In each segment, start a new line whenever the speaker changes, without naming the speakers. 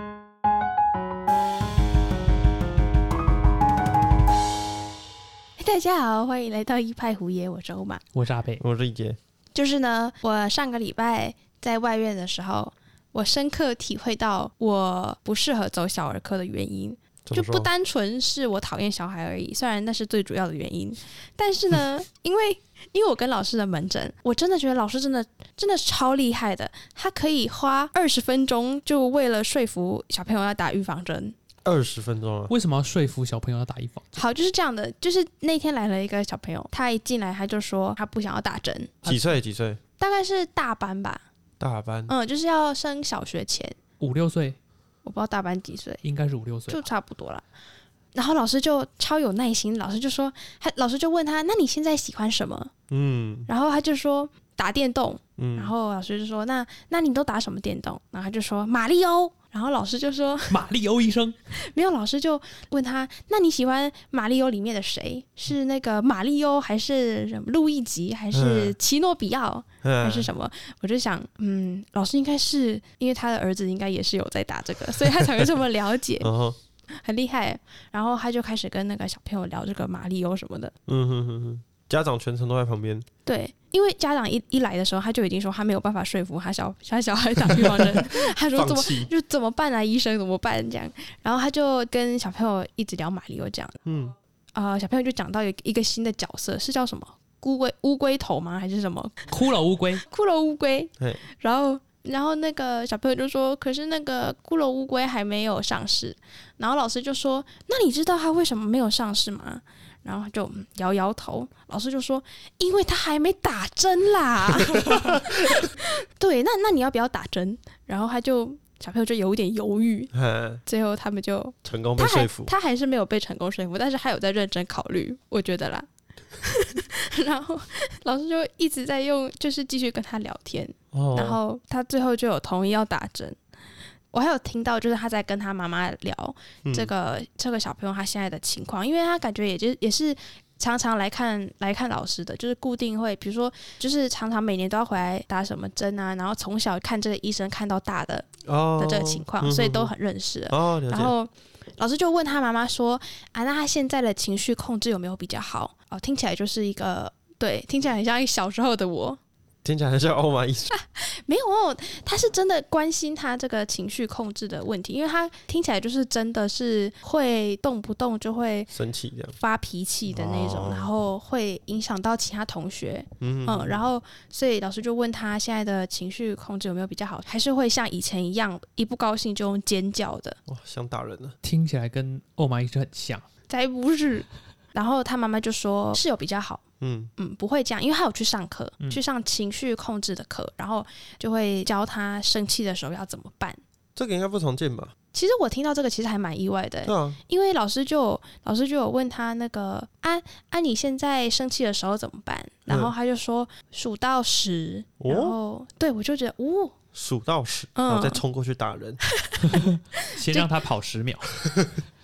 大家好，欢迎来到一派胡言，我是欧玛。
我是阿贝，
我是一杰，
就是呢，我上个礼拜在外院的时候，我深刻体会到我不适合走小儿科的原因，
怎
就
么
不
说？
单纯是我讨厌小孩而已，虽然那是最主要的原因，但是呢， 因为因为我跟老师的门诊，我真的觉得老师真的真的超厉害的，他可以花二十分钟就为了说服小朋友要打预防针。
二十分钟啊，
为什么要说服小朋友要打预防？
好，就是这样的，就是那天来了一个小朋友，他一进来他就说他不想要打针，
几岁？几岁？
大概是大班吧，
大班
嗯，就是要升小学前，
五六岁
我不知道大班几岁，
应该是五六岁
就
吧，
差不多了。然后老师就超有耐心，老师就说，他老师就问他，那你现在喜欢什么？
嗯
然后他就说打电动，
嗯，
然后老师就说，那那你都打什么电动？然后他就说马里欧。然后老师就说
马里欧医生，
没有，老师就问他，那你喜欢马里欧里面的谁？是那个马里欧，还是什么路易吉，还是
嗯
奇诺比奥，还
嗯
是什么？我就想，嗯，老师应该是因为他的儿子应该也是有在打这个，所以他才会这么了解。
然后
很厉害。然后他就开始跟那个小朋友聊这个马里欧什么的。
嗯哼哼哼，家长全程都在旁边，
对，因为家长一一来的时候，他就已经说他没有办法说服他小他小孩打预防针， 他说
放
怎么
弃，
就怎么办啊，医生怎么办这样。然后他就跟小朋友一直聊马里欧这样。
嗯，
呃，小朋友就讲到有一个新的角色是叫什么乌龟乌龟头吗？还是什么
骷髅乌龟，
骷髅乌龟
嘿？
然后。然后那个小朋友就说：“可是那个骷髅乌龟还没有上市。”然后老师就说：“那你知道它为什么没有上市吗？”然后他就嗯摇摇头。老师就说：“因为它还没打针啦。” 对，那那你要不要打针？然后他就小朋友就有点犹豫。
嗯，
最后他们就
成功被
他还
说服，
他还是没有被成功说服，但是他有在认真考虑，我觉得啦。 然后老师就一直在用，就是继续跟他聊天，
哦
然后他最后就有同意要打针。我还有听到，就是他在跟他妈妈聊
嗯
这，个、这个小朋友他现在的情况，因为他感觉也就也是常常来看来看老师的，就是固定会，比如说就是常常每年都要回来打什么针啊，然后从小看这个医生看到大的
嗯哦
的这个情况，
嗯
所以都
嗯
很认识了
嗯哦，了
然
解，
后老师就问他妈妈说：“啊，那他现在的情绪控制有没有比较好？”哦，听起来就是一个对，听起来很像小时候的我。
听起来像欧玛医生，
没有哦，他是真的关心他这个情绪控制的问题，因为他听起来就是真的是会动不动就会
生气这样，
发脾气的那种，
哦
然后会影响到其他同学。
嗯
嗯，然后所以老师就问他现在的情绪控制有没有比较好，还是会像以前一样一不高兴就用尖叫的。
哇，想打人啊了，
听起来跟欧玛医生很像。
才不是。然后他妈妈就说是有比较好，
嗯
嗯，不会这样，因为他有去上课，
嗯
去上情绪控制的课，然后就会教他生气的时候要怎么办。
这个应该不常见吧？
其实我听到这个其实还蛮意外的，
对啊，
因为老师就有老师就有问他那个啊啊你现在生气的时候怎么办？然后他就说数到十，
哦
然后对我就觉得哦，
数到十，
嗯
然后再冲过去打人，
先让他跑十秒，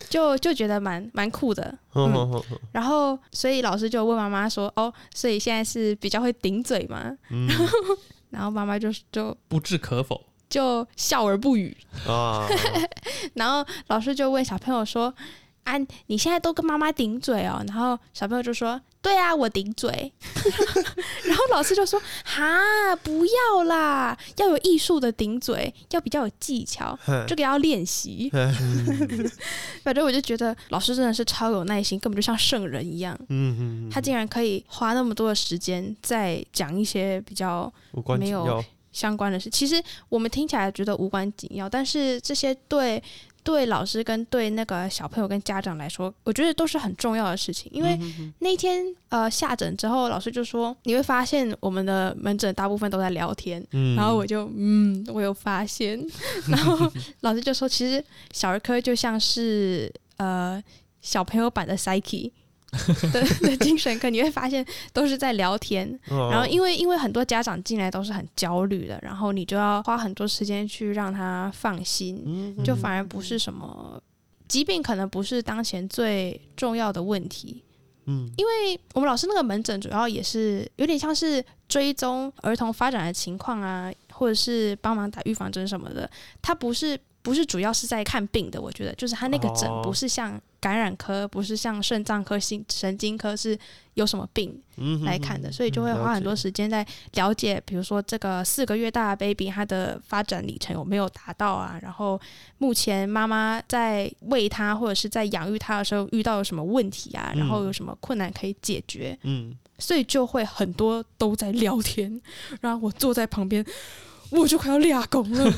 就就觉得蛮蛮酷的。
嗯
嗯
哼哼哼
然后所以老师就问妈妈说哦，所以现在是比较会顶嘴吗？
嗯
然后妈妈就就
不置可否。
就笑而不语。
啊，
然后老师就问小朋友说：“啊，你现在都跟妈妈顶嘴哦？”然后小朋友就说：“对啊，我顶嘴。” 然后老师就说：“哈，不要啦，要有艺术的顶嘴，要比较有技巧，
哼
这个要练习。” 反正我就觉得老师真的是超有耐心，根本就像圣人一样。
嗯嗯，
他竟然可以花那么多的时间在讲一些比较
无关
没
紧
有
要，
相关的事。其实我们听起来觉得无关紧要，但是这些对对老师跟对那个小朋友跟家长来说，我觉得都是很重要的事情。因为那天呃下诊之后，老师就说你会发现我们的门诊大部分都在聊天。
嗯，
然后我就嗯，我有发现，然后老师就说，其实小儿科就像是呃小朋友版的 psyche 的的精神科，你会发现都是在聊天，
哦，
然后因为因为很多家长进来都是很焦虑的，然后你就要花很多时间去让他放心，
嗯
就反而不是什么疾病，可能不是当前最重要的问题。
嗯，
因为我们老师那个门诊主要也是有点像是追踪儿童发展的情况啊，或者是帮忙打预防针什么的，它不是。不是主要是在看病的，我觉得就是他那个诊
哦
不是像感染科，不是像肾脏科、心神经科是有什么病
嗯哼
来看的，
哼
所以就会
嗯了
花很多
解
时间在了解，比如说这个四个月大的 baby 他的发展里程有没有达到啊，然后目前妈妈在喂他或者是在养育他的时候遇到有什么问题啊，然后
嗯
有什么困难可以解决，
嗯，
所以就会很多都在聊天，然后我坐在旁边，我就快要俩拱 了。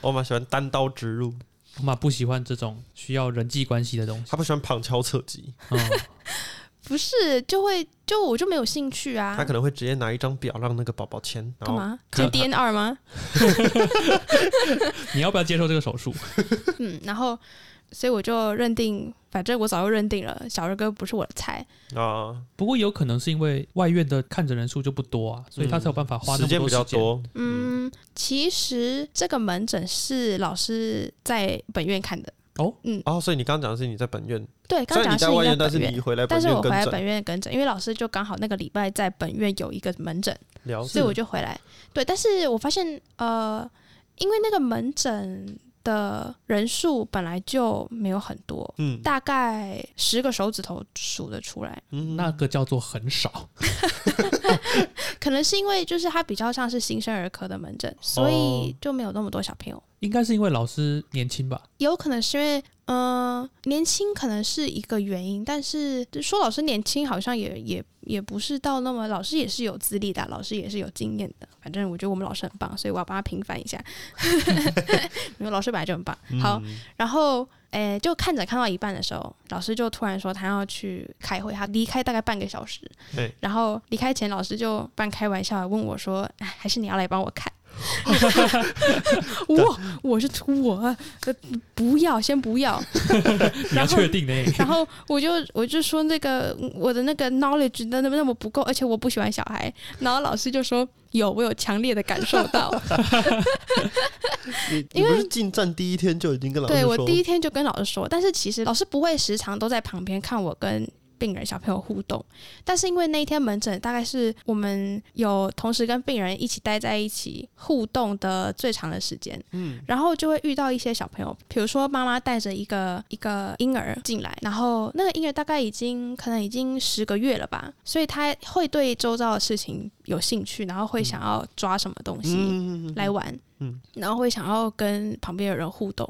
我蛮喜欢单刀直入，
我妈不喜欢这种需要人际关系的东西。
他不喜欢旁敲侧击，
嗯，
不是，就会就我就没有兴趣啊
他。哦可能会直接拿一张表让那个宝宝签，然
干
后
嘛？
看
做 DNR 吗？
你要不要接受这个手术？
嗯，然后所以我就认定，反正我早就认定了，小儿哥不是我的菜。
啊，
不过有可能是因为外院的看诊人数就不多啊，所以他才有办法花那
时
么
间
多
比
时
较
间。
多，
嗯，其实这个门诊是老师在本院看的。
哦，所以你刚刚讲的是你在本院，
对，刚
虽
讲
然
的
你
是
外院，
在
但是
本院
你，回来
但
本
是
院
我回
跟
来
诊，
本院跟诊，因为老师就刚好那个礼拜在本院有一个门诊。
了
所
解嗯
以我就回来。对，但是我发现，呃，因为那个门诊的人数本来就没有很多，
嗯
大概十个手指头数得出来。
嗯
那个叫做很少，
可能是因为就是它比较像是新生儿科的门诊，所
哦
以就没有那么多小朋友。
应该是因为老师年轻吧？
也有可能是因为，呃，年轻可能是一个原因，但是说老师年轻好像也也也不是到那么，老师也是有资历的啊，老师也是有经验的。反正我觉得我们老师很棒，所以我要帮他平反 一下。因为老师本来就很棒。好，
嗯
然后诶，就看着看到一半的时候，老师就突然说他要去开会，他离开大概半个小时。
对
然后离开前，老师就半开玩笑地问我说：“哎，还是你要来帮我 看？” 我我是我呃不要，先不要。
你要
然后
确定呢、
然后我就我就说那个嗯我的那个 knowledge 那那那么不够，而且我不喜欢小孩。然后老师就说有，我有强烈的感受到。
你你不是进站第一天就已经跟老师
对我
说
第一天就跟老师说，但是其实老师不会时常都在旁边看我跟病人小朋友互动，但是因为那一天门诊大概是我们有同时跟病人一起待在一起互动的最长的时间，嗯，然后就会遇到一些小朋友，比如说妈妈带着一个一个婴儿进来，然后那个婴儿大概已经可能已经十个月了吧，所以他会对周遭的事情有兴趣，然后会想要抓什么东西，
嗯，
来玩，
嗯
然后会想要跟旁边的人互动，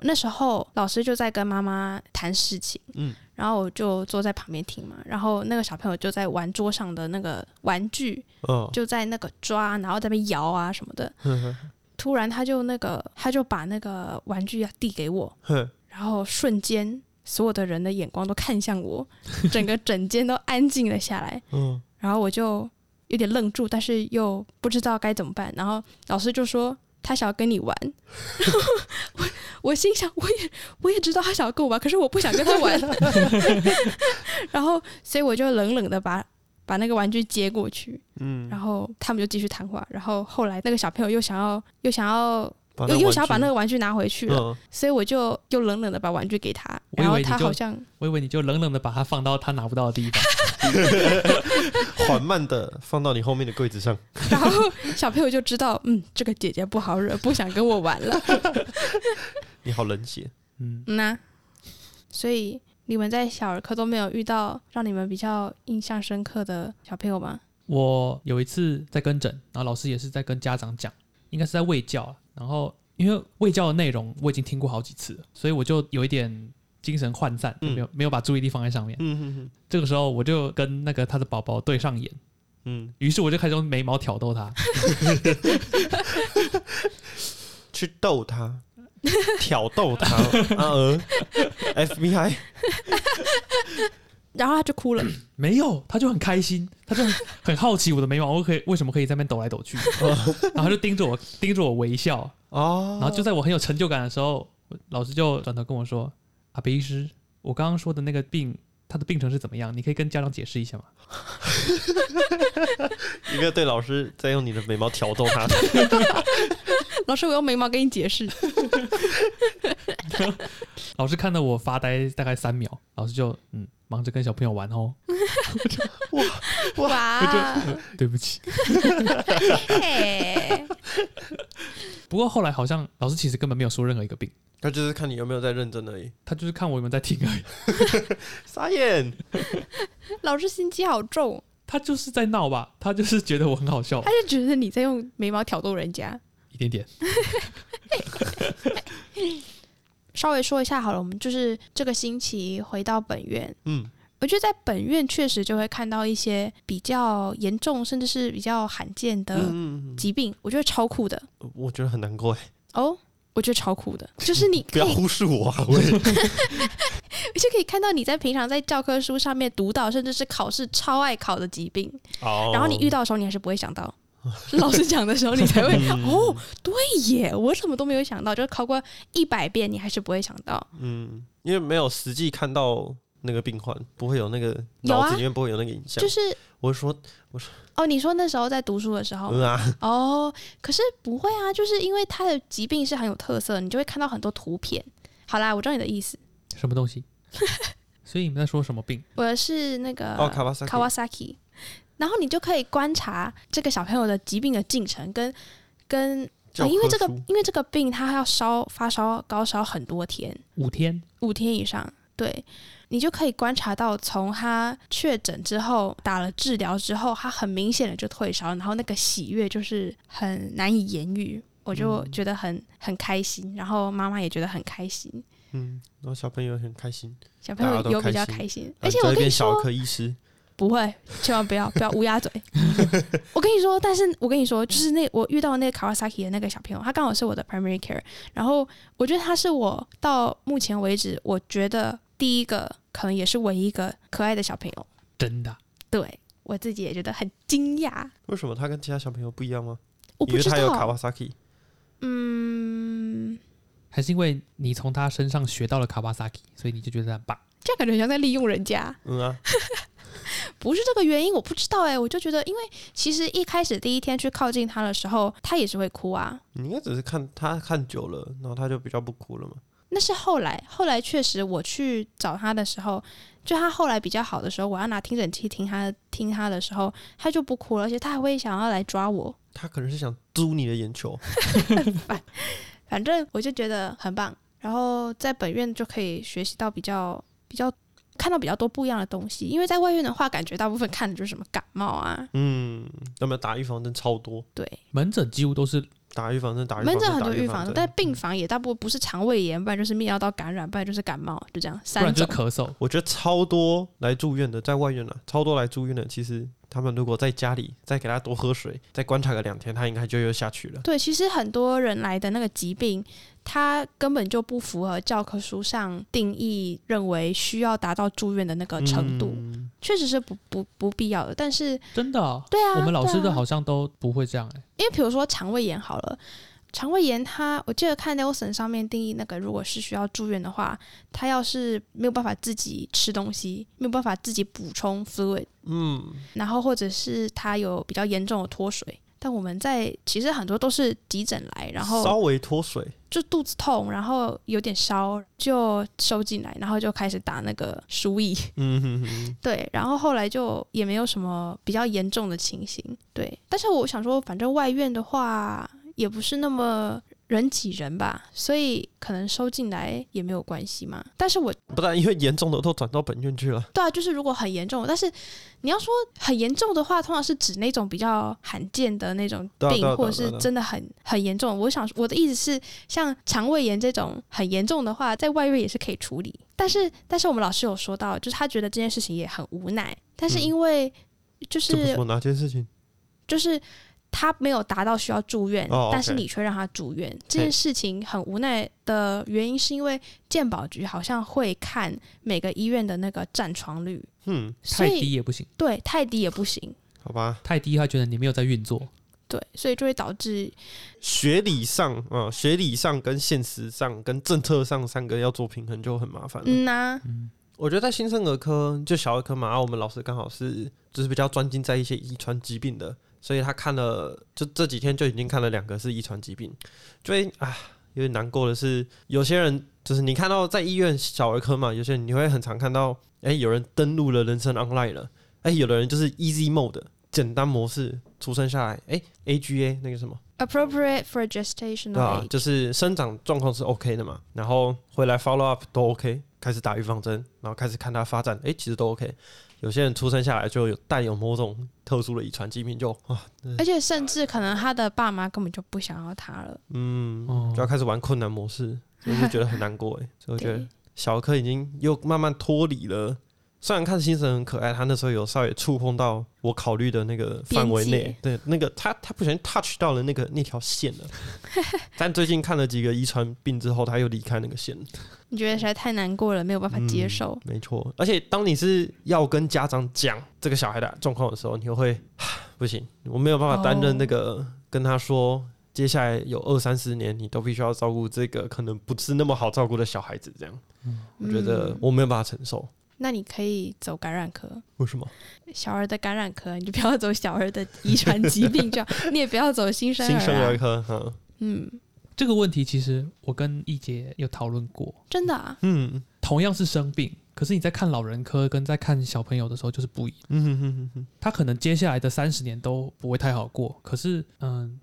那时候老师就在跟妈妈谈事情，
嗯
然后我就坐在旁边听嘛，然后那个小朋友就在玩桌上的那个玩具，
嗯，
就在那个抓，然后在那边摇啊什么的，
哼哼
突然他就那个他就把那个玩具要递给我，
哼
然后瞬间所有的人的眼光都看向 我，整个整间都安静了下来，
嗯，
然后我就有点愣住，但是又不知道该怎么办。然后老师就说他想要跟你玩， 然后我我心想我也我也知道他想要跟我玩，可是我不想跟他玩。 然后所以我就冷冷的把把那个玩具接过去，嗯，然后他们就继续谈话。然后后来那个小朋友又想要又想要
把那
又
个
又
玩
想要把
具
那个玩具拿回去了，
嗯
所以我就又冷冷的把玩具给他，
我以
然后
为你
他
就
好像
我以为你就冷冷的把它放到他拿不到的地方。
缓慢的放到你后面的柜子上，
然后小朋友就知道，嗯，这个姐姐不好惹，不想跟我玩了。
你好冷血，
嗯，
嗯呐、所以你们在小儿科都没有遇到让你们比较印象深刻的小朋友吗？
我有一次在跟诊，然后老师也是在跟家长讲，应该是在卫教啊。然后因为卫教的内容我已经听过好几次了，所以我就有一点精神涣散，就没有、没有把注意力放在上面。
嗯哼哼，
这个时候我就跟那个他的宝宝对上眼，
嗯，
于是我就开始用眉毛挑逗他，
去逗他， 挑 逗他，啊呃，FBI，
然后他就哭了，
没有，他就很开心，他就很 很好奇我的眉毛可以为什么可以在那边抖来抖去，然后他就盯着我盯着我微笑，
哦，
然后就在我很有成就感的时候，我老师就转头跟我说：“阿北医师，我刚刚说的那个病，他的病程是怎么样？你可以跟家长解释一下吗
一个对老师在用你的眉毛挑逗 他，
老师，我用眉毛跟你解释。？”
老师看到我发呆大概三秒，老师就嗯，忙着跟小朋友玩哦，
哇，
对不起。
嘿，
不过后来好像老师其实根本没有说任何一个病，
他就是看你有没有在认真而已。
他就是看我有没有在听而已，
傻眼，
老师心机好重，
他就是在闹吧，他就是觉得我很好笑
他，就觉得你在用眉毛挑逗人家。
一点点。
稍微说一下好了，我们就是这个星期回到本院，
嗯，
我觉得在本院确实就会看到一些比较严重，甚至是比较罕见的
嗯，嗯
疾病，我觉得超酷的
嗯我觉得很难过哎，
哦。我觉得超酷的，就是你
不
可
要
以，
忽视我啊！我 也
就可以看到你在平常在教科书上面读到，甚至是考试超爱考的疾病，
哦
然后你遇到的时候，你还是不会想到。 老师讲的时候，你才 会
嗯
哦，对耶，我怎么都没有想到，就是考过一百遍，你还是不会想到。
嗯，因为没有实际看到那个病患，不会有那个
有啊
脑子里面不会有那个影像。
就是
我是说，
哦，你说那时候在读书的时候
嗯啊，
哦，可是不会啊，就是因为他的疾病是很有特色，你就会看到很多图片。好啦，我知道你的意思，
什么东西？所以你们在说什么病？
我的是那个
哦，Kawasaki
Kawasaki 然后你就可以观察这个小朋友的疾病的进程跟跟、
教
呃因为
科
这个
书
因为这个病他要烧发烧高烧很多天，
五天
五天以上，对你就可以观察到，从他确诊之后打了治疗之后，他很明显的就退烧，然后那个喜悦就是很难以言喻，我
嗯
就觉得很、很开心，然后妈妈也觉得很开心，
嗯，然后小朋友很开心，
小朋友
大家都
有比较
开心
开心，而且
然后你就
我跟
会
你
变小儿
说，
科医师，
不会，千万不要不要乌鸦嘴。 我跟你说，但是我跟你说，就是那我遇到那个 Kawasaki 的那个小朋友，他刚好是我的 primary care，然后我觉得他是我到目前为止，我觉得第一个可能也是唯一一个可爱的小朋友，
真的啊、
对我自己也觉得很惊讶。
为什么他跟其他小朋友不一样吗？
我
因
不
为
知
他有卡
道，
瓦萨 i
嗯，
还是因为你从他身上学到了卡巴萨基，所以你就觉得他很棒？
这样感觉很像在利用人家。
嗯啊，
不是这个原因，我不知道哎、我就觉得，因为其实一开始第一天去靠近他的时候，他也是会哭啊，
你应该只是看他看久了，然后他就比较不哭了嘛。
那是后来，后来确实我去找他的时候，就他后来比较好的时候，我要拿听诊器听他听他的时候，他就不哭了，而且他还会想要来抓我。
他可能是想租你的眼球，
反正我就觉得很棒，然后在本院就可以学习到比较比较看到比较多不一样的东西，因为在外院的话，感觉大部分看的就是什么感冒啊，
嗯，那么打预防针超多，
对，
门诊几乎都是
打预防针，打预
门
防
诊
针，
很
打
多预
预
防
针嗯
针，，但病房也大部分不是肠胃炎，不然就是泌尿道感染，不然就是感冒，就这样
不然
三
就是
种。
咳嗽。
我觉得超多来住院的，在外院啊，超多来住院的，其实他们如果在家里再给他多喝水，再观察个两天，他应该就又下去了。
对，其实很多人来的那个疾病，它根本就不符合教科书上定义认为需要达到住院的那个程度，
嗯
确实是不不不必要的。但是，
真的啊、
对啊，
我们老师
对
的
啊
好像都不会这样哎、
因为比如说肠胃炎好了，肠胃炎它，我记得看 Nelson 上面定义那个，如果是需要住院的话，他要是没有办法自己吃东西，没有办法自己补充 fluid，
嗯，
然后或者是他有比较严重的脱水。但我们在其实很多都是急诊来，然后
稍微脱水，
就肚子痛，然后有点烧，就收进来，然后就开始打那个输液。
嗯哼哼，
对，然后后来就也没有什么比较严重的情形。对，但是我想说，反正外院的话也不是那么人挤人吧，所以可能收进来也没有关系嘛。但是我
不然因为严重的都转到本院去了。
对啊，就是如果很严重，但是你要说很严重的话，通常是指那种比较罕见的那种
对啊
病，
对啊
或者
对啊
是
对啊
真的很很严重。我想我的意思是，像肠胃炎这种很严重的话，在外院也是可以处理。但是，但是我们老师有说到，就是他觉得这件事情也很无奈，但是
嗯
因为就
这不
是、
是我哪件事情？
就是。他没有达到需要住院
哦，OK
但是你却让他住院，这件事情很无奈的原因是因为健保局好像会看每个医院的那个占床率，
嗯，
所
太
以
低也不行，
对，太低也不行，
好吧，
太低他觉得你没有在运作。
对，所以就会导致
学理上啊、学理上跟现实上跟政策上三个要做平衡就很麻烦了。
嗯呐、
我觉得在新生儿科就小儿科嘛，然、后我们老师刚好是就是比较专精在一些遗传疾病的，所以他看了就这几天就已经看了两个是遗传疾病，就会啊有点难过的是，有些人就是你看到在医院小儿科嘛，有些人你会很常看到哎、有人登录了人生 online 了，哎、有的人就是 easy mode 简单模式出生下来，哎、a g a 那个什么，
appropriate for 啊
对吧、
gestational age，
就是生长状况是 OK 的嘛，然后回来 follow up 都 OK，开始打预防针，然后开始看它发展，哎、其实都 OK。有些人出生下来就有带有某种特殊的遗传疾病，就啊，
而且甚至可能他的爸妈根本就不想要他了。
嗯，
哦
就要开始玩困难模式，所以我就觉得很难过哎，所以我觉得
对，
小柯已经又慢慢脱离了。虽然看星辰很可爱，他那时候有稍微触碰到我考虑的那个范围内
边，
对那个他他不小心 touch 到了那个那条线了。但最近看了几个遗传病之后，他又离开那个线了，
你觉得实在太难过了，没有办法
嗯
接受。
没错。而且当你是要跟家长讲这个小孩的状况的时候，你又会 不行，我没有办法担任那个、跟他说，接下来有二三十年你都必须要照顾这个可能不是那么好照顾的小孩子，这样我觉得
嗯
我没有办法承受。
那你可以走感染科，
为什么？
小儿的感染科，你就不要走小儿的遗传疾病就好，你也不要走新生
新生儿
儿、啊。
科，嗯
嗯，
这个问题其实我跟易杰有讨论过，
真的啊，
嗯
同样是生病，可是你在看老人科跟在看小朋友的时候就是不一样。
嗯哼哼哼哼，
他可能接下来的三十年都不会太好过。可是，嗯，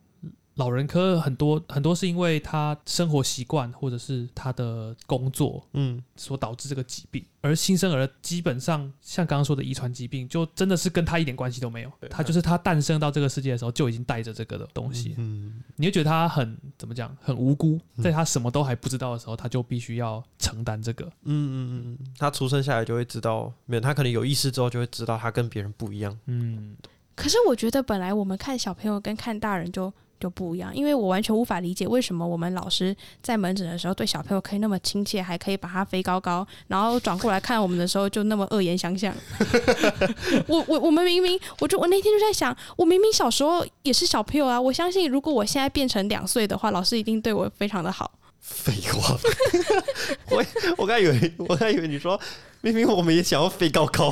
老人科很多很多是因为他生活习惯或者是他的工作
嗯
所导致这个疾病，而新生儿基本上像刚刚说的遗传疾病，就真的是跟他一点关系都没有
对。
他就是他诞生到这个世界的时候就已经带着这个的东西，
嗯，
你会觉得他很怎么讲，很无辜，
嗯
在他什么都还不知道的时候，他就必须要承担这个。
嗯嗯嗯嗯，他出生下来就会知道，没有他可能有意识之后就会知道他跟别人不一样。
嗯，
可是我觉得本来我们看小朋友跟看大人就就不一样，因为我完全无法理解为什么我们老师在门诊的时候对小朋友可以那么亲切，还可以把他飞高高，然后转过来看我们的时候就那么恶言相向。我我我们明明，我就我那天就在想，我明明小时候也是小朋友啊，我相信如果我现在变成两岁的话，老师一定对我非常的好。
废话， 我我刚以为我刚以为你说，明明我们也想要飞高啊高，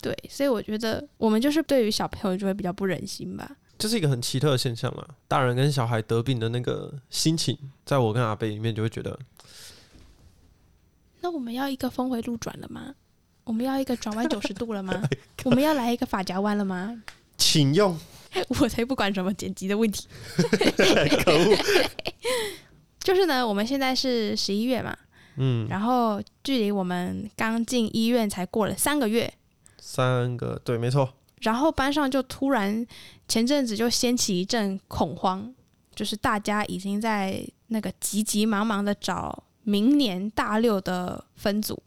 对，所以我觉得我们就是对于小朋友就会比较不忍心吧。
这是一个很奇特的现象嘛。大人跟小孩得病的那个心情，在我跟阿贝里面就会觉得，
那我们要一个峰回路转了吗？我们要一个转弯九十度 了
哎
吗？我们要来一个发夹弯了吗？
请用，
我才不管什么剪辑的问题。
可恶，
就是呢，我们现在是十一月嘛，
嗯，
然后距离我们刚进医院才过了三个月，
三个对，没错，
然后班上就突然前阵子就掀起一阵恐慌，就是大家已经在那个急急忙忙的找明年大六的分组，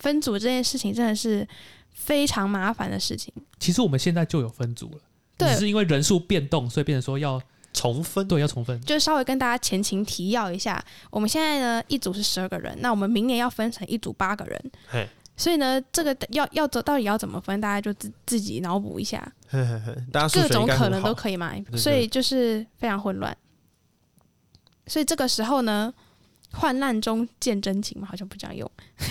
分组这件事情真的是非常麻烦的事情。
其实我们现在就有分组了。
对
只是因为人数变动，所以变成说要
重分，
对要重分。
就稍微跟大家前情提要一下，我们现在呢一组是十二个人，那我们明年要分成一组八个人，
嘿，
所以呢，这个要要怎到底要怎么分，大家就自自己脑补一下，
嘿嘿嘿，大家数
各
学应
种
该
可
很
能都
好，
可以嘛，
对
所以就是非常混乱。所以这个时候呢，患难中见真情嘛，好像不这样用，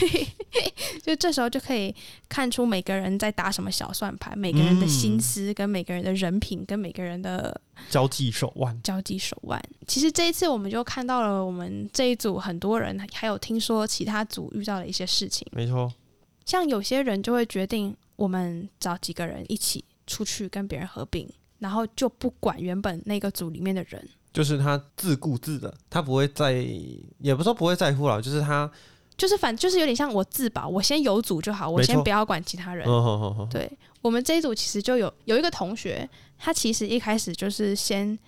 就这时候就可以看出每个人在打什么小算盘，每个人的
嗯
心思跟每个人的人品跟每个人的
交际手腕，
交际手腕。其实这一次我们就看到了我们这一组很多人，还有听说其他组遇到了一些事情，
没错，
像有些人就会决定我们找几个人一起出去跟别人合并，然后就不管原本那个组里面的人。
就是他自顾自的，他不会在，也不是说不会在乎啦，就是他，
就是反就是有点像我自保，我先有组就好，我
没错
先不要管其他人
嗯。哼哼哼，
对我们这一组其实就有有一个同学，他其实一开始就是先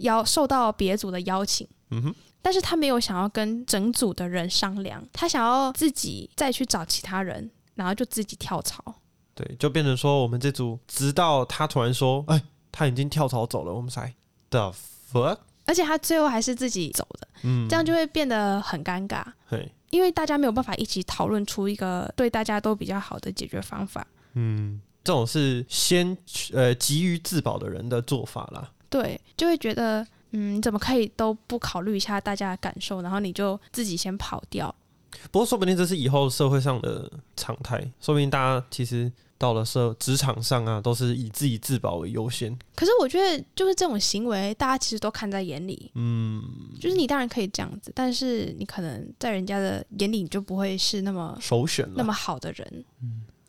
邀受到别组的邀请，
嗯哼，
但是他没有想要跟整组的人商量，他想要自己再去找其他人，然后就自己跳槽。
对，就变成说我们这组，直到他突然说，哎，他已经跳槽走了，我们才 the fuck，
而且他最后还是自己走的，
嗯，
这样就会变得很尴尬，
嘿，
因为大家没有办法一起讨论出一个对大家都比较好的解决方法。
嗯，这种是先呃急于自保的人的做法啦，
对，就会觉得，嗯，你怎么可以都不考虑一下大家的感受，然后你就自己先跑掉？
不过说不定这是以后社会上的常态，说不定大家其实到了社职场上啊，都是以自己自保为优先。
可是我觉得，就是这种行为，大家其实都看在眼里。
嗯，
就是你当然可以这样子，但是你可能在人家的眼里，你就不会是那么
首选
那
了。
么好的人。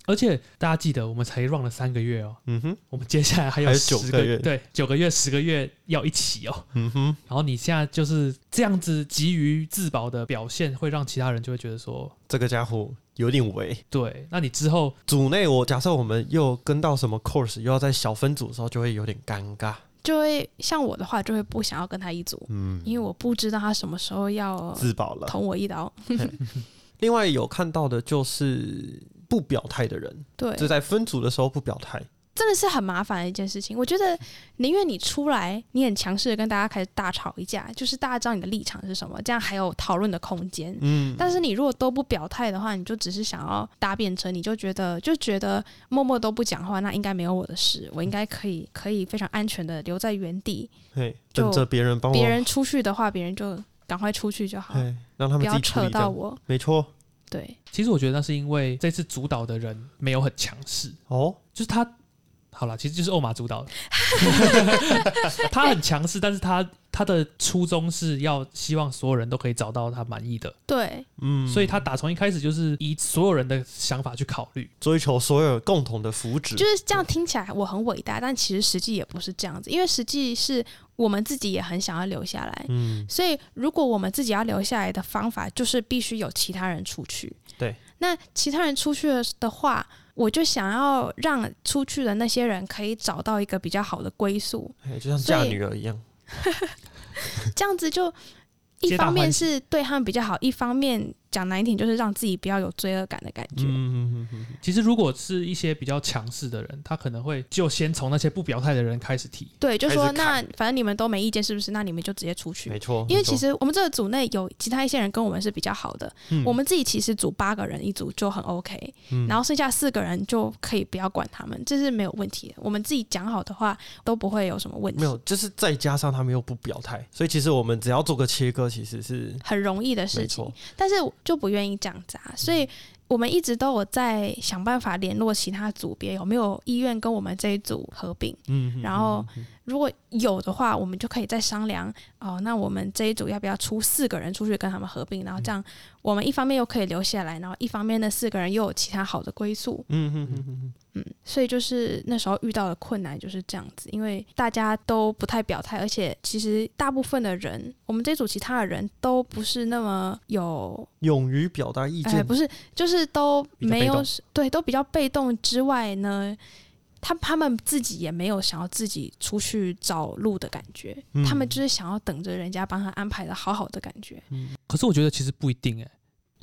而且大家记得，我们才 run 了三个月哦，
嗯哼，
我们接下来还有
还有九
10
个月
对，九个月、十个月要一起哦。
嗯哼，
然后你现在就是这样子急于自保的表现，会让其他人就会觉得说，
这个家伙有点违。
对，那你之后
组内我假设我们又跟到什么 course，又要在小分组的时候，就会有点尴尬。
就会像我的话，就会不想要跟他一组，
嗯，
因为我不知道他什么时候要
自保了。
捅我一刀。
另外有看到的就是不表态的人，
对，
就在分组的时候不表态。
真的是很麻烦的一件事情。我觉得宁愿你出来，你很强势的跟大家开始大吵一架，就是大家知道你的立场是什么，这样还有讨论的空间。
嗯，
但是你如果都不表态的话，你就只是想要搭便车，你就觉得就觉得默默都不讲话，那应该没有我的事，我应该可
嗯
以可以非常安全的留在原地。
嘿，
就
等着别人帮我，
别人出去的话，别人就赶快出去就好，
嘿，让他
不
们自
要
己处
扯
理
到
掉。
我。
没错，
对，
其实我觉得那是因为这次主导的人没有很强势，
哦，
就是他好了，其实就是欧马主导的， 他很强势，但是他他的初衷是要希望所有人都可以找到他满意的，
对，
嗯，
所以他打从一开始就是以所有人的想法去考虑，
追求所有共同的福祉，
就是这样听起来我很伟大，但其实实际也不是这样子，因为实际是我们自己也很想要留下来。
嗯，
所以，如果我们自己要留下来的方法，就是必须有其他人出去。
对，
那其他人出去的话，我就想要让出去的那些人可以找到一个比较好的归宿，
嘿就像
所以
嫁女儿一样，
这样子就一
皆大
方面
欢喜
是对他们比较好，一方面讲难听就是让自己不要有罪恶感的感觉。
嗯嗯嗯嗯嗯，
其实如果是一些比较强势的人，他可能会就先从那些不表态的人开始提。
对，就说
开始
那
砍
反正你们都没意见，是不是？那你们就直接出去
没。错，
因为
没错
其实我们这个组内有其他一些人跟我们是比较好的，
嗯
我们自己其实组八个人一组就很 OK，、
嗯
然后剩下四个人就可以不要管他们，这是没有问题的。我们自己讲好的话都不会有什么问题，
没有，就是再加上他们又不表态，所以其实我们只要做个切割，其实是
很容易的事
没
情
错。，嗯
但是我就不愿意这样子啊，所以我们一直都有在想办法联络其他组别有没有意愿跟我们这一组合并。
嗯，嗯
然后
嗯嗯
如果有的话，我们就可以再商量哦。那我们这一组要不要出四个人出去跟他们合并？然
嗯
后这样，我们一方面又可以留下来，然后一方面那四个人又有其他好的归宿。
嗯嗯嗯嗯嗯，
嗯，所以就是那时候遇到的困难就是这样子，因为大家都不太表态，而且其实大部分的人，我们这组其他的人都不是那么有，
勇于表达意
哎，
见，
不是，就是都
比较被
没有
动
对，都比较被动之外呢。他他们自己也没有想要自己出去找路的感觉，
嗯
他们就是想要等着人家帮他安排的好好的感觉。
可是我觉得其实不一定哎、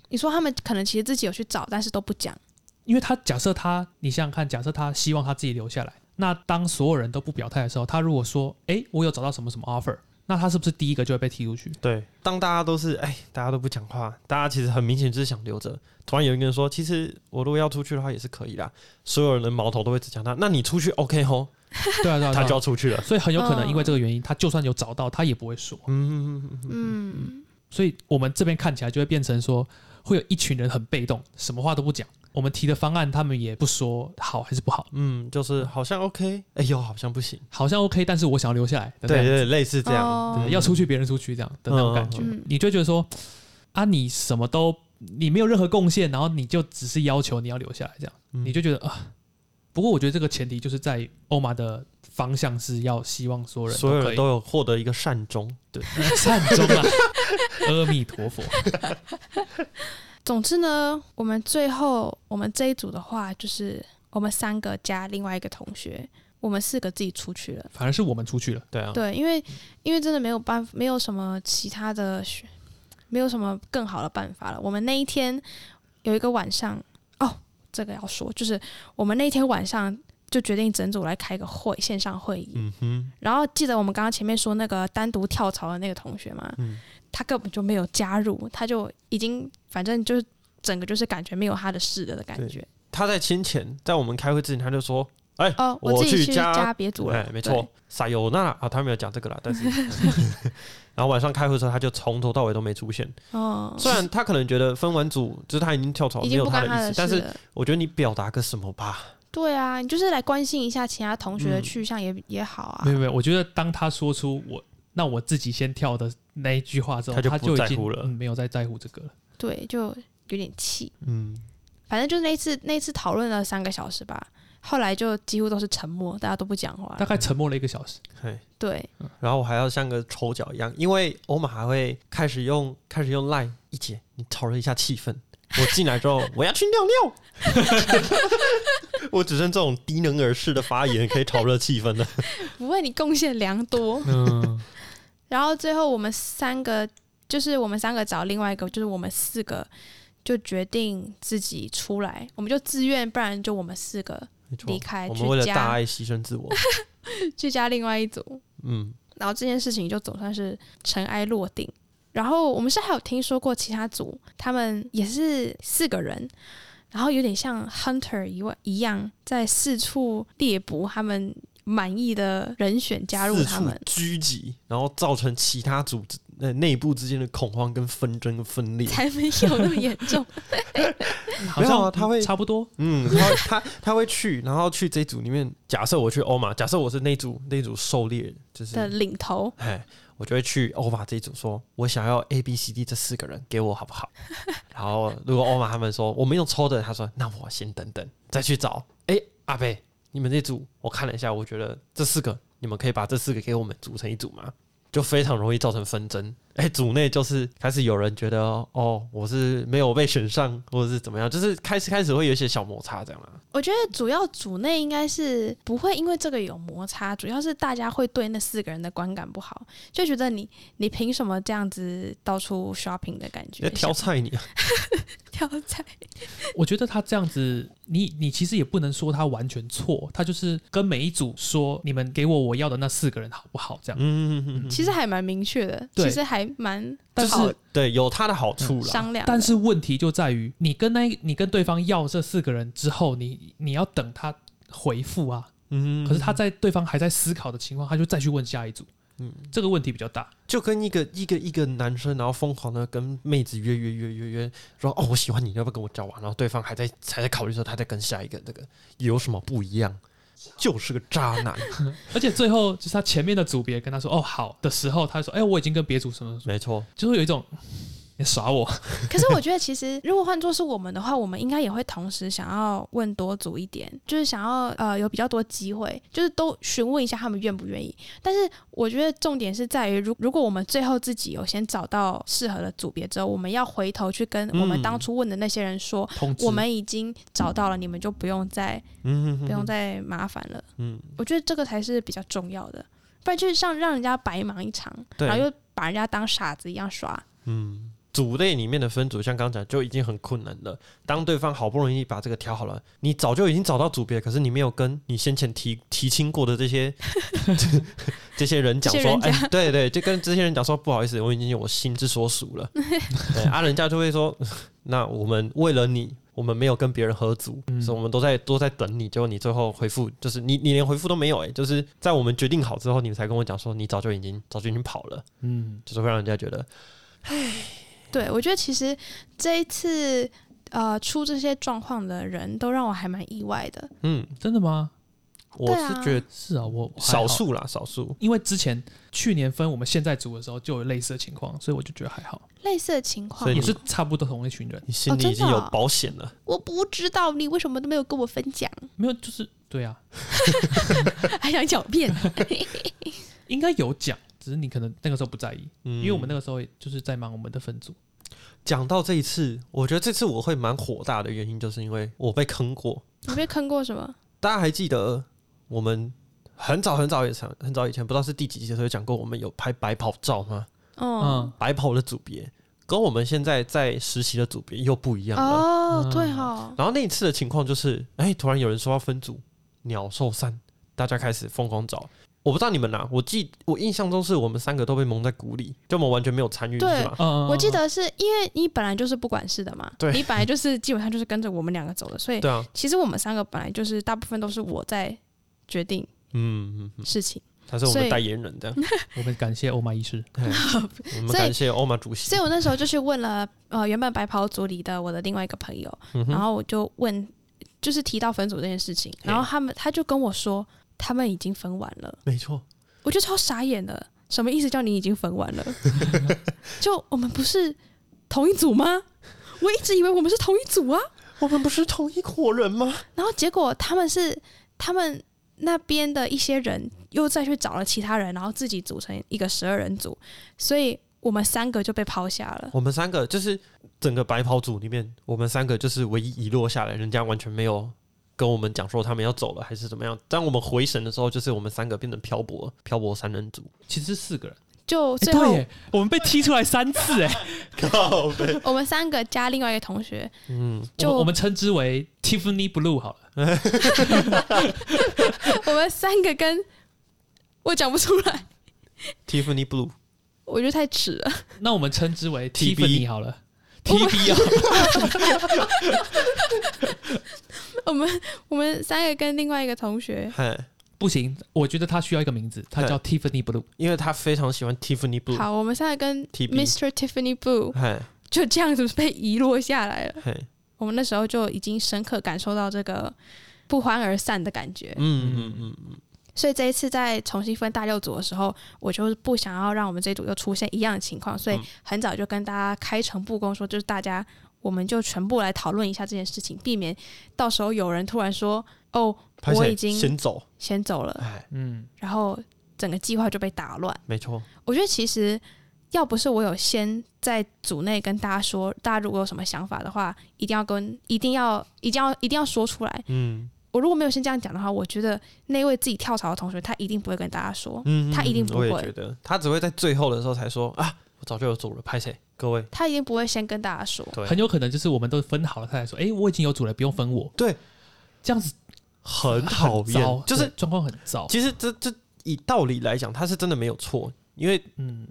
你说他们可能其实自己有去找，但是都不讲。
因为他假设他，你想想看，假设他希望他自己留下来，那当所有人都不表态的时候，他如果说，诶，我有找到什么什么 offer，那他是不是第一个就会被踢出去？
对，当大家都是哎，大家都不讲话，大家其实很明显就是想留着。突然有一个人说：“其实我如果要出去的话也是可以啦。”所有人的矛头都会指向他。那你出去 OK 吼，
对啊，对啊，
他
对啊
就要出去了。
所以很有可能因为这个原因，他就算有找到，他也不会说。
嗯嗯嗯嗯
嗯，
所以我们这边看起来就会变成说，会有一群人很被动，什么话都不讲。我们提的方案，他们也不说好还是不好，
嗯，就是好像 OK，哎呦，好像不行。
好像 OK，但是我想要留下来。
对
对不对
对，类似这样，
哦
对
要出去别人出去这样的那种感觉，
嗯嗯嗯
你就会觉得说，啊，你什么都你没有任何贡献，然后你就只是要求你要留下来这样，
嗯
你就觉得啊。不过我觉得这个前提就是在欧玛的方向是要希望所有人
所有
都可
人
以
都有获得一个善终。
对 善终啊，阿弥陀佛。
总之呢，我们最后我们这一组的话，就是我们三个加另外一个同学，我们四个自己出去了。
反而是我们出去了，
对啊，
对，因为因为真的没有办法，没有什么其他的选，没有什么更好的办法了。我们那一天有一个晚上，哦，这个要说，就是我们那一天晚上就决定整组来开个会，线上会议。
嗯哼，
然后记得我们刚刚前面说那个单独跳槽的那个同学嘛，
嗯
他根本就没有加入，他就已经反正就是整个就是感觉没有他的事了的感觉。
他在亲前，在我们开会之前，他就说：“哎、哎，
哦，
我
自己
去
去
加
加别组了
哎，，没
对
错，，撒尤那拉啊，他没有讲这个啦， 但是，然后晚上开会的时候，他就从头到尾都没出现。
哦，
虽然他可能觉得分完组就是他已经跳槽，
已
哦没
经
有
不
他
干他
的意
的
思，但
事
是
了。
我觉得你表达个什么吧，
对啊，你就是来关心一下其他同学的
嗯
去向也也好啊
没。有没有，我觉得当他说出我那我自己先跳的那一句话之后，
他就
他
不
就
在
已经
乎了
嗯没有再在乎这个了。
对，就有点气。
嗯，
反正就是那一次，那一次讨论了三个小时吧，后来就几乎都是沉默，大家都不讲话
大。概沉默了一个小时，
嘿。
对，
然后我还要像个丑角一样，因为欧玛还会开始用开始用 line 一姐，你讨论一下气氛。我进来之后，我要去尿尿。 我只剩这种低能儿式的发言可以炒热气氛了。
不为你贡献良多。
嗯，
然后最后我们三个，就是我们三个找另外一个，就是我们四个就决定自己出来，我们就自愿，不然就我们四个
没 错
离开
我们为了
去加
大爱牺牲自我。
去加另外一组。
嗯，
然后这件事情就总算是尘埃落定。然后我们是还有听说过其他组，他们也是四个人，然后有点像 hunter 一外一样，在四处猎捕他们满意的人选加入
四
他
处
们。
狙击，然后造成其他组织呃内部之间的恐慌跟纷争跟分裂。
才没有那么严重，
好
没有
像
啊他会
差不多，
嗯，他会他他会去，然后去这组里面。假设我去欧玛，假设我是那组那组狩猎，就是
的领头，
哎，我就会去欧玛这一组说，我想要 A、B、C、D 这四个人给我好不好？ 然后如果欧玛他们说我没有抽的，他说那我先等等再去找。哎、阿贝，你们这组我看了一下，我觉得这四个你们可以把这四个给我们组成一组吗？就非常容易造成纷争。哎、组内就是开始有人觉得哦，我是没有被选上，或者是怎么样，就是开始开始会有一些小摩擦这样啦、啊
我觉得主要组内应该是不会因为这个有摩擦，主要是大家会对那四个人的观感不好，就觉得你你凭什么这样子到处 shopping 的感
你在
觉，
挑菜你啊，
挑菜，
我觉得他这样子，你你其实也不能说他完全错，他就是跟每一组说，你们给我我要的那四个人好不好？这样，
嗯，嗯嗯
其实还蛮明确的，
对
其实还蛮
但
好
是
对，有它的好处啦。
商量的。
但是问题就在于，你跟那你跟对方要这四个人之后，你你要等他回复啊。
嗯
可是他在对方还在思考的情况，他就再去问下一组。嗯，这个问题比较大。
就跟一个一个一个男生，然后疯狂的跟妹子约约约约约，说哦我喜欢你，你要不要跟我交往？然后对方还在还在考虑说他在跟下一个这个有什么不一样，就是个渣男，
而且最后就是他前面的组别跟他说“哦好”的时候，他就说：“哎、我已经跟别组什么什么，
没错，
就会有一种你耍我。
可是我觉得，其实如果换做是我们的话，我们应该也会同时想要问多组一点，就是想要呃有比较多机会，就是都询问一下他们愿不愿意。但是我觉得重点是在于，如如果我们最后自己有先找到适合的组别之后，我们要回头去跟我们
嗯
当初问的那些人说，”
通知
我们已经找到了，你们就不用再
嗯，
不用再麻烦了。
嗯，
我觉得这个才是比较重要的，不然就是像让人家白忙一场，
对
然后又把人家当傻子一样耍。
嗯，组类里面的分组，像刚讲就已经很困难了。当对方好不容易把这个调好了，你早就已经找到组别，可是你没有跟你先前提 提亲过的这些 这些人讲
这些
说，
人
哎、
讲
对对，就跟这些人讲说，不好意思，我已经有我心之所 属了。对啊，人家就会说，那我们为了你。我们没有跟别人合组，
嗯
所以我们都在都在等你。结果你最后回复就是你，你连回复都没有、哎，就是在我们决定好之后，你才跟我讲说你早就已经早就已经跑了，
嗯，
就是会让人家觉得
对我觉得其实这一次呃出这些状况的人都让我还蛮意外的。
嗯，
真的吗？
我
对
是
啊
觉得
是啊，我我还好
少数啦，少数。
因为之前去年分我们现在组的时候就有类似的情况，所以我就觉得还好，
类似的情况
所以
也
你
是差不多同一群人，
你
哦
心里已经
啊
有保险了，
我不知道你为什么都没有跟我分享，
没有就是对啊，
还想狡辩。
应该有讲，只是你可能那个时候不在意，
嗯
因为我们那个时候也就是在忙我们的分组，
讲到这一次，我觉得这次我会蛮火大的原因，就是因为我被坑过。
你被坑过什么？
大家还记得我们很早很早以前，很早以前不知道是第几集的时候有讲过，我们有拍白跑照吗？
哦、
嗯，
白跑的组别跟我们现在在实习的组别又不一样了。
哦
嗯，
对哦，
然后那一次的情况就是，哎、突然有人说要分组，鸟兽散，大家开始疯狂找。我不知道你们啊啦，我记我印象中是我们三个都被蒙在鼓里，就我们完全没有参与，
对
是吧？
嗯
我记得是因为你本来就是不管事的嘛，
对
你本来就是基本上就是跟着我们两个走的，所以
对啊，
其实我们三个本来就是大部分都是我在决定
嗯，嗯嗯
事情。
他是我们
所以
的代言人这样。
嗯我们感谢欧玛医师，
嘿我们
所以
感谢欧玛主席
所以。我那时候就去问了，呃，原本白袍组里的我的另外一个朋友，
嗯
然
哼，
后我就问，就是提到分组这件事情，然后他们他就跟我说，他们已经分完了，
没错，
我就超傻眼的，什么意思叫你已经分 完了？就我们不是同一组吗？我一直以为我们是同一组啊，
我们不是同一伙人吗？
然后结果他们是他们那边的一些人又再去找了其他人，然后自己组成一个十二人组，所以我们三个就被抛下了。
我们三个就是整个白袍组里面，我们三个就是唯一遗落下来，人家完全没有跟我们讲说他们要走了还是怎么样。当我们回神的时候，就是我们三个变成漂泊漂泊三人组。
其实是四个人。
就
欸
最后
对耶，我们被踢出来三次，哎，
靠背，
我们三个加另外一个同学，
嗯，
我
就
们我们称之为 Tiffany Blue 好了，
我们三个跟我讲不出来，
，Tiffany Blue，
我觉得太迟了。
那我们称之为
TB
Tiffany 好了。
我们
TB 啊，
我们我们三个跟另外一个同学，
嘿，
不行，我觉得他需要一个名字，他叫 Tiffany Blue。
因为他非常喜欢 Tiffany Blue，
好，我们三个跟
TB
Mr. Tiffany Blue
嘿，
就这样子被遗落下来了。
嘿，
我们那时候就已经深刻感受到这个不欢而散的感觉，
嗯嗯嗯嗯，
所以这一次在重新分大六组的时候，我就是不想要让我们这一组又出现一样的情况，所以
嗯
很早就跟大家开诚布公说，就是大家我们就全部来讨论一下这件事情，避免到时候有人突然说哦
拍
我
谁
已经
先走，
先走了，
哎，
嗯，
然后整个计划就被打乱。
没错，
我觉得其实要不是我有先在组内跟大家说，大家如果有什么想法的话，一定要跟一定要一定要一定要说出来。
嗯
我如果没有先这样讲的话，我觉得那位自己跳槽的同学他一定不会跟大家说，
嗯，
他一定不
我
会
也觉得，他只会在最后的时候才说啊，我早就有走了，拍谁？各位，
他一定不会先跟大家说。
对，
很有可能就是我们都分好了，他才说，哎，我已经有组了，不用分我。
对，
这样子
很讨
很糟
厌，就是
对状况很糟。
其实这这以道理来讲，他是真的没有错，因为
嗯，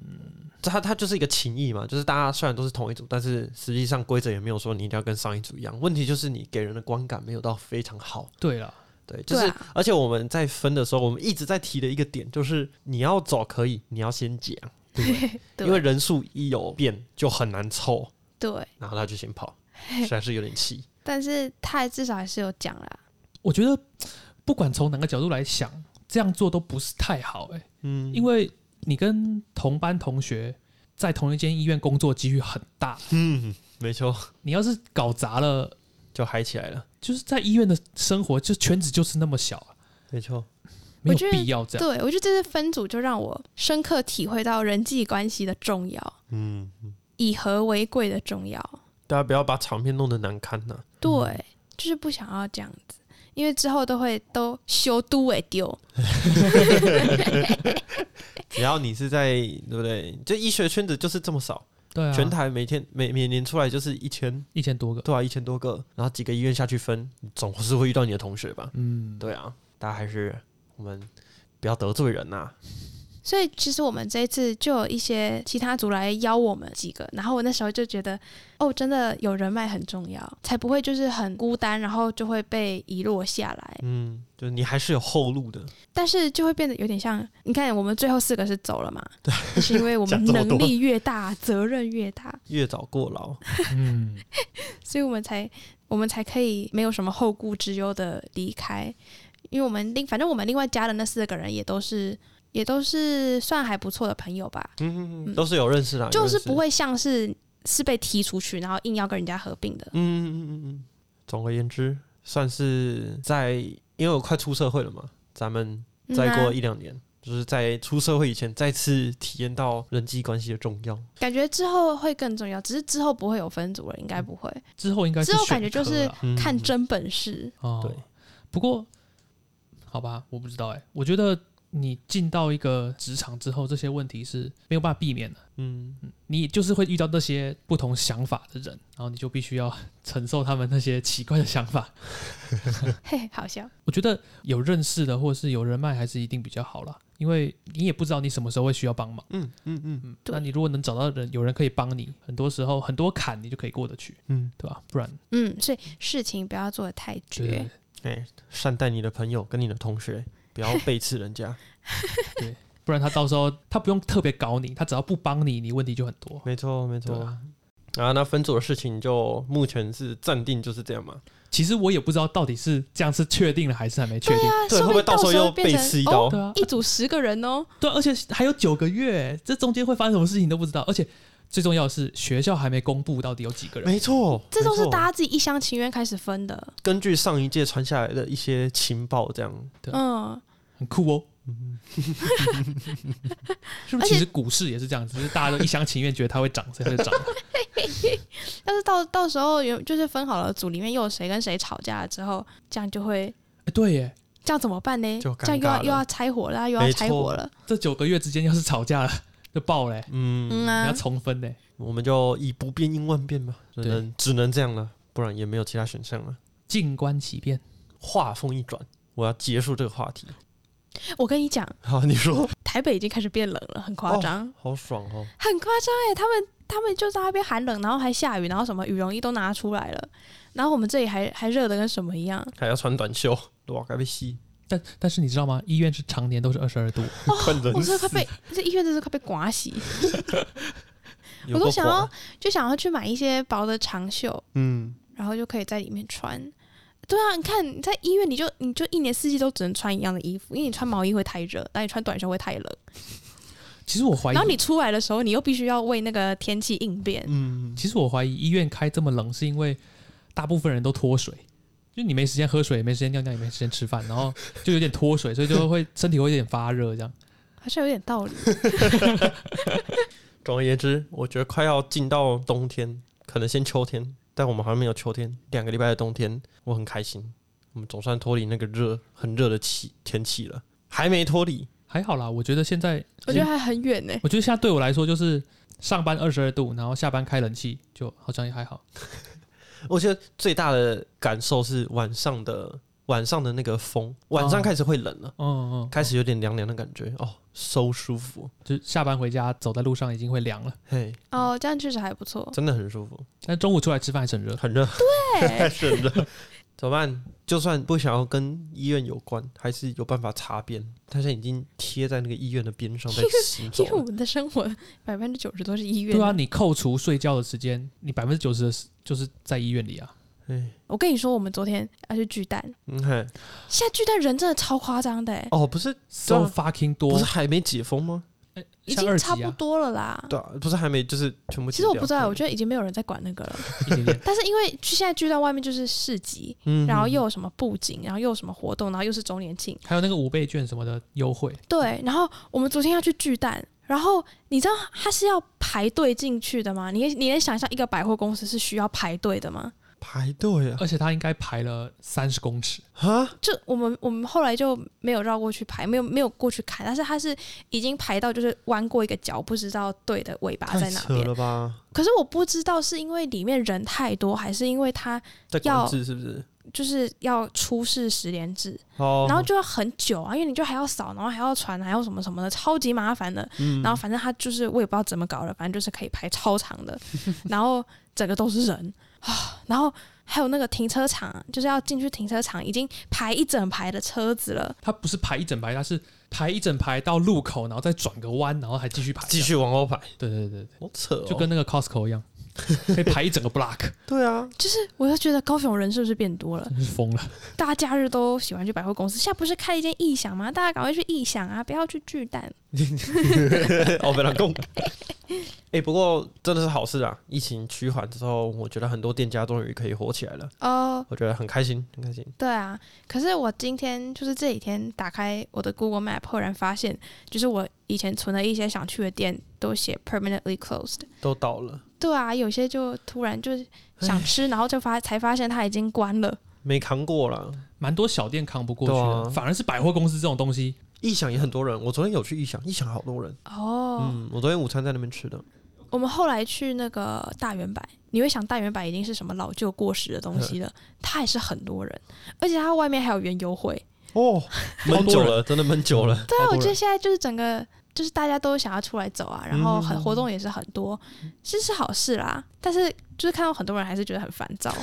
他他就是一个情谊嘛，就是大家虽然都是同一组，但是实际上规则也没有说你一定要跟上一组一样。问题就是你给人的观感没有到非常好，
对了，
对，就是、
对啊
而且我们在分的时候，我们一直在提的一个点就是你要走可以，你要先讲，对不对
对
因为人数一有变就很难凑，
对，
然后他就先跑，实在是有点气。
但是他还至少还是有讲啦。
我觉得不管从哪个角度来想，这样做都不是太好，哎，
嗯，
因为你跟同班同学在同一间医院工作机遇很大，
嗯，没错，
你要是搞砸了，
就嗨起来了，
就是在医院的生活，就圈子就是那么小啊、
没错，
没
我
有
觉得
必要这样。
对我觉得这次分组就让我深刻体会到人际关系的重要，
嗯，
以和为贵的重要。
大家不要把场面弄得难堪呐、
对，就是不想要这样子，因为之后都会都修都为丢。
只要你是在对不对？就医学圈子就是这么少，
对啊，
全台每天每每年出来就是一千，
一千多个，
对啊，一千多个，然后几个医院下去分，你总是会遇到你的同学吧？
嗯，
对啊，大家还是我们不要得罪人呐、
所以其实我们这一次就有一些其他组来邀我们几个，然后我那时候就觉得，哦，真的有人脉很重要，才不会就是很孤单，然后就会被遗落下来。
嗯，就是你还是有后路的，
但是就会变得有点像，你看我们最后四个是走了嘛，对，是因为我
讲
们
这么多
能力越大，责任越大，
越早过 劳。
嗯，
所以我们才我们才可以没有什么后顾之忧的离开，因为我们另反正我们另外加的那四个人也都是也都是算还不错的朋友吧，
嗯，都是有认识啦，
就是不
有认识。
会像是是被踢出去，然后硬要跟人家合并的。
嗯嗯嗯嗯。总而言之，算是在因为我快出社会了嘛，咱们再过
嗯啊
一两年，就是在出社会以前，再次体验到人际关系的重要。
感觉之后会更重要，只是之后不会有分组了，应该不会，
之后应该是
之后感觉就
选
是
科啦
嗯
看
嗯
真本事。
哦，
对。
不过，好吧，我不知道哎、我觉得你进到一个职场之后，这些问题是没有办法避免的。
嗯，
你就是会遇到那些不同想法的人，然后你就必须要承受他们那些奇怪的想法。
嘿，好笑。
我觉得有认识的或者是有人脉还是一定比较好啦，因为你也不知道你什么时候会需要帮忙。
嗯嗯嗯
那你如果能找到人，有人可以帮你，很多时候很多坎你就可以过得去，
嗯，
对吧？不然
嗯，所以事情不要做的太
对对
绝
对。
哎、善待你的朋友跟你的同学，不要背刺人 家。
不然他到时候他不用特别搞你，他只要不帮你，你问题就很多。
没错，没错
对。啊，
啊，那分组的事情就目前是暂定就是这样嘛。
其实我也不知道到底是这样是确定了还是还没确定。
啊，
对，
说不
会不会
定
到时候又
变
被
成
刺一
哦
刀？
对啊，
一组十个人哦，
对啊，而且还有九个月，这中间会发生什么事情都不知道。而且最重要的是，学校还没公布到底有几个人。
没错，
这都是
没错
大家自己一厢情愿开始分的。
根据上一届传下来的一些情报，这样
对
嗯，
很酷 哦。是不
而且
是？其实股市也是这样，只是大家都一厢情愿觉得它会涨，所以 它就涨。
要是到到时候有就是分好了组里面又有谁跟谁吵架了之后，这样就会
哎对耶，
这样怎么办呢？
就尴
这样又
尬
要又
了
要拆伙了，又
没
要拆
错
伙了。
这九个月之间要是吵架了，就爆嘞，
嗯，
嗯
你要
啊，
重分嘞。
我们就以不变应万变嘛，只
对
能只能这样了，不然也没有其他选项了。
静观其变。
话锋一转，我要结束这个话题。
我跟你讲，
好，你说，
台北已经开始变冷了，很夸张，
好爽哦。
很夸张哎！他们他们就在那边寒冷，然后还下雨，然后什么羽绒衣都拿出来了，然后我们这里还还热的跟什么一样。
还要穿短袖，哇，该被吸，
但但是你知道吗？医院是常年都是二十二度，
快冷
我真的
死
快！被这医院真是快被刮洗，我
有
都
够啊
想
滑
要，就想要去买一些薄的长袖，
嗯，
然后就可以在里面穿。对啊，你看你在医院，你就你就一年四季都只能穿一样的衣服，因为你穿毛衣会太热，但你穿短袖会太冷。
其实我怀疑
然后，你出来的时候，你又必须要为那个天气应变。
嗯，
其实我怀疑医院开这么冷是因为大部分人都脱水，就你没时间喝水，也没时间尿尿，也没时间吃饭，然后就有点脱水，所以就会身体会有点发热这样。
好像有点道理。
总而言之，我觉得快要进到冬天，可能先秋天，但我们还没有秋天，两个礼拜的冬天，我很开心，我们总算脱离那个热很热的气天气了，还没脱离，
还好啦，我觉得现在，
我觉得还很远呢、
我觉得现在对我来说就是上班二十二度，然后下班开冷气，就好像也还好。
我觉得最大的感受是晚上的晚上的那个风，晚上
哦
开始会冷了，
嗯嗯，
开始有点凉凉的感觉，哦，so 舒服，
就下班回家走在路上已经会凉了，
嘿，
哦，这样确实还不 错。
真的很舒服。
但中午出来吃饭还是很热。
很热，
对
是很热。 怎么办？就算不想要跟医院有关，还是有办法擦边。他现在已经贴在那个医院的边上在行走
因为我
了。
们的生活百分之九十都是医院。
对啊，你扣除睡觉的时间，你百分之九十的时就是在医院里啊。
哎，
我跟你说，我们昨天要去巨蛋，
嗯嘿，
现在巨蛋人真的超夸张的、欸，
哦，不是，
so fucking
不
多
是，还没解封吗？
啊已
像
经
二级啊
差不多了啦。
对、啊，不是还没，就是全部
其实
解掉。
我不知道，我觉得已经没有人在管那个了。
一点点。
但是因为现在巨蛋外面就是市集，
嗯
然后又有什么布景，然后又有什么活动，然后又是周年庆，
还有那个五倍券什么的优惠，
对。然后我们昨天要去巨蛋，然后你知道他是要排队进去的吗？你你能想象一个百货公司是需要排队的吗？
排队啊，
而且它应该排了三十公尺，
哈，
就我们我们后来就没有绕过去排，没有没有过去看，但是他是已经排到就是弯过一个角，不知道队的尾巴
太
在哪
扯
边。
了吧？
可是我不知道是因为里面人太多，还是因为他
在
要
管制是不是？
就是要出示十连制，
哦，
然后就要很久啊，因为你就还要扫，然后还要传，还要什么什么的，超级麻烦的。
嗯
然后反正他就是我也不知道怎么搞的，反正就是可以排超长 的，然后整个都是人啊，然后还有那个停车场，就是要进去停车场已经排一整排的车子了。
它不是排一整排，它是排一整排到路口，然后再转个弯，然后还继续排。
继，续往后排，
对对对对，
好扯、哦，
就跟那个 Costco 一样，可以排一整个 block，
对啊，
就是我就觉得高雄人是不是变多 了？
真是疯了。
大家假日都喜欢去百货公司，现在不是开了一间异想吗？大家赶快去异想啊，不要去巨蛋。
哦，被人 供。哎、不过真的是好事啊！疫情趋缓之后，我觉得很多店家终于可以火起来了，
哦、
我觉得很开心，很开心。
对啊，可是我今天就是这几天打开我的 Google Map，忽然发现，就是我以前存的一些想去的店都写 permanently closed。
都到了，
对啊，有些就突然就是想吃，然后就发才发现它已经关了。
没扛过啦。
蛮多小店扛不过去
对啊
的，反而是百货公司这种东西，
异想也很多人，我昨天有去异想，异想好多人。
哦、
嗯，我昨天午餐在那边吃的，
我们后来去那个大圆柏，你会想大圆柏已经是什么老旧过时的东西了，它也是很多人，而且它外面还有原优惠。
哦，闷
好多
久
人
了，真的闷久了。嗯
对啊，
好多
我
人
觉得现在就是整个就是大家都想要出来走啊，然
嗯
后很活动也是很多，这是好事啦。但是就是看到很多人还是觉得很烦 躁，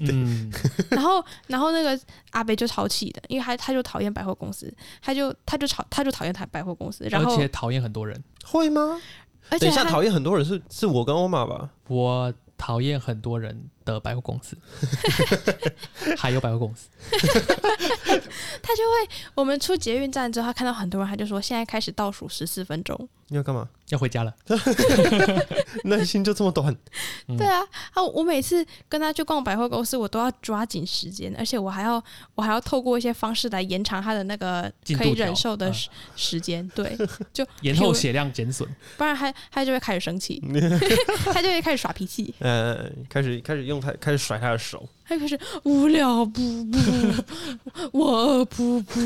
嗯，
然后然后那个阿北就超气的，因为他他就讨厌百货公司，他就他就讨他就讨厌他百货公司，然
而
后
且讨厌很多人，
会吗？
而
等
且
一下，
他
讨厌很多人是是我跟欧玛吧？
我讨厌很多人的百货公 司，还有百货公司，
他就会我们出捷运站之后，他看到很多人，他就说现在开始倒数十四分钟，
你要干嘛？
要回家了。
耐心就这么短，
嗯
对啊，啊，我每次跟他去逛百货公司，我都要抓紧时间，而且我还要我还要透过一些方式来延长他的那个
进
可
度
以
条
忍受的
嗯
时时间，对，就
延后血量减损，
不然他他就会开始生 气，他就会开始耍脾气，
呃，开始开始用他开始甩他的手，
他就开始无聊不不，我饿不不，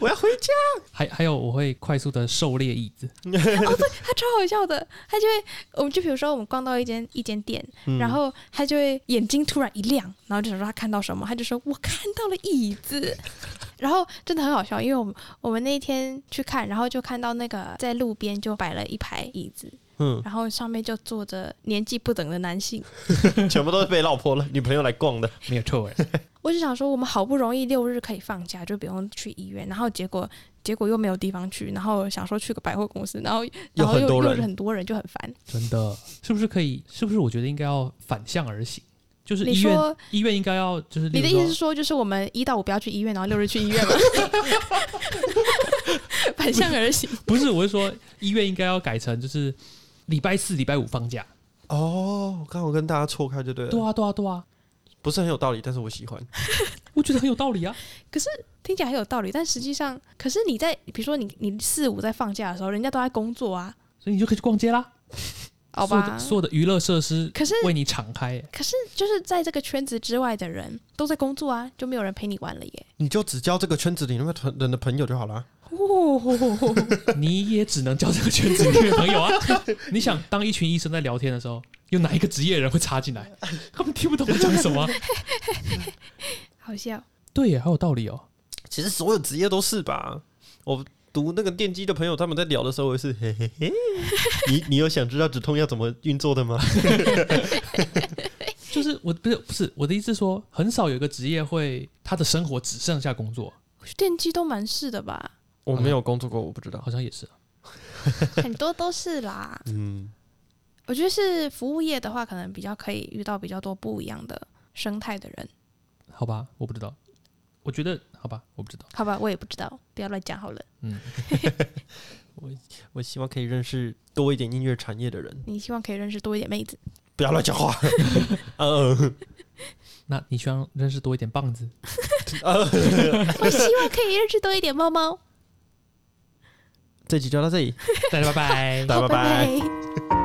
我要回家。
还还有我会快速的狩猎椅子，
他超好笑的，他就会，我们就比如说我们逛到一间一间店，
嗯
然后他就会眼睛突然一亮，然后就想说他看到什么，他就说我看到了椅子。 然后真的很好笑，因为我们我们那一天去看，然后就看到那个在路边就摆了一排椅子，
嗯，
然后上面就坐着年纪不等的男性。
全部都是被老婆了女朋友来逛的。
没有错哎，
我就想说，我们好不容易六日可以放假，就不用去医院，然后结果结果又没有地方去，然后想说去个百货公司，然后然后
很
又
多
又
人
是很多人，就很烦。
真的是不是可以？是不是我觉得应该要反向而行？就是
你
医院
说
医院应该要就是
你的
例如
意思是
说
说，就是我们一到五不要去医院，然后六日去医院 吗？反向而行，
不是？我是说医院应该要改成就是礼拜四、礼拜五放假。
哦，刚好跟大家错开就对了，
对啊，对啊，对啊，
不是很有道理，但是我喜欢。
我觉得很有道理啊。
听起来很有道理，但实际上，可是你在比如说你你四五在放假的时候，人家都在工作啊，
所以你就可以去逛街啦，
好
所有
吧
的？所有的娱乐设施
可是
为你敞开、欸。
可是就是在这个圈子之外的人都在工作啊，就没有人陪你玩了 耶。
你就只交这个圈子里那个团人的朋友就好了。
哦，
你也只能交这个圈子里面的朋 友啊。你想，当一群医生在聊天的时候，有哪一个职业人会插进来？他们听不懂我讲 什么啊。
好笑。
对耶，好有道理哦。
其实所有职业都是吧。我读那个电机的朋友，他们在聊的时候，我也是嘿嘿 嘿。你你有想知道止痛药怎么运作的吗？
就是我不是不是我的意思是说，很少有一个职业会他的生活只剩下工作，
电机都蛮是的 吧？
我没有工作过，我不知道
好。像也是。
很多都是啦。
嗯，
我觉得是服务业的话，可能比较可以遇到比较多不一样的生态的人。
好吧，我不知道。我觉得好吧，我不知道。
好吧，我也不知道，不要乱讲好了。
嗯，
我希望可以认识多一点音乐产业的人。
你希望可以认识多一点 妹子。
不要乱讲 话。嗯
那你希望认识多一点棒子？
呃
我希望可以认识多一点猫猫。
这集就到这里，
大家拜拜。
大家拜拜。
拜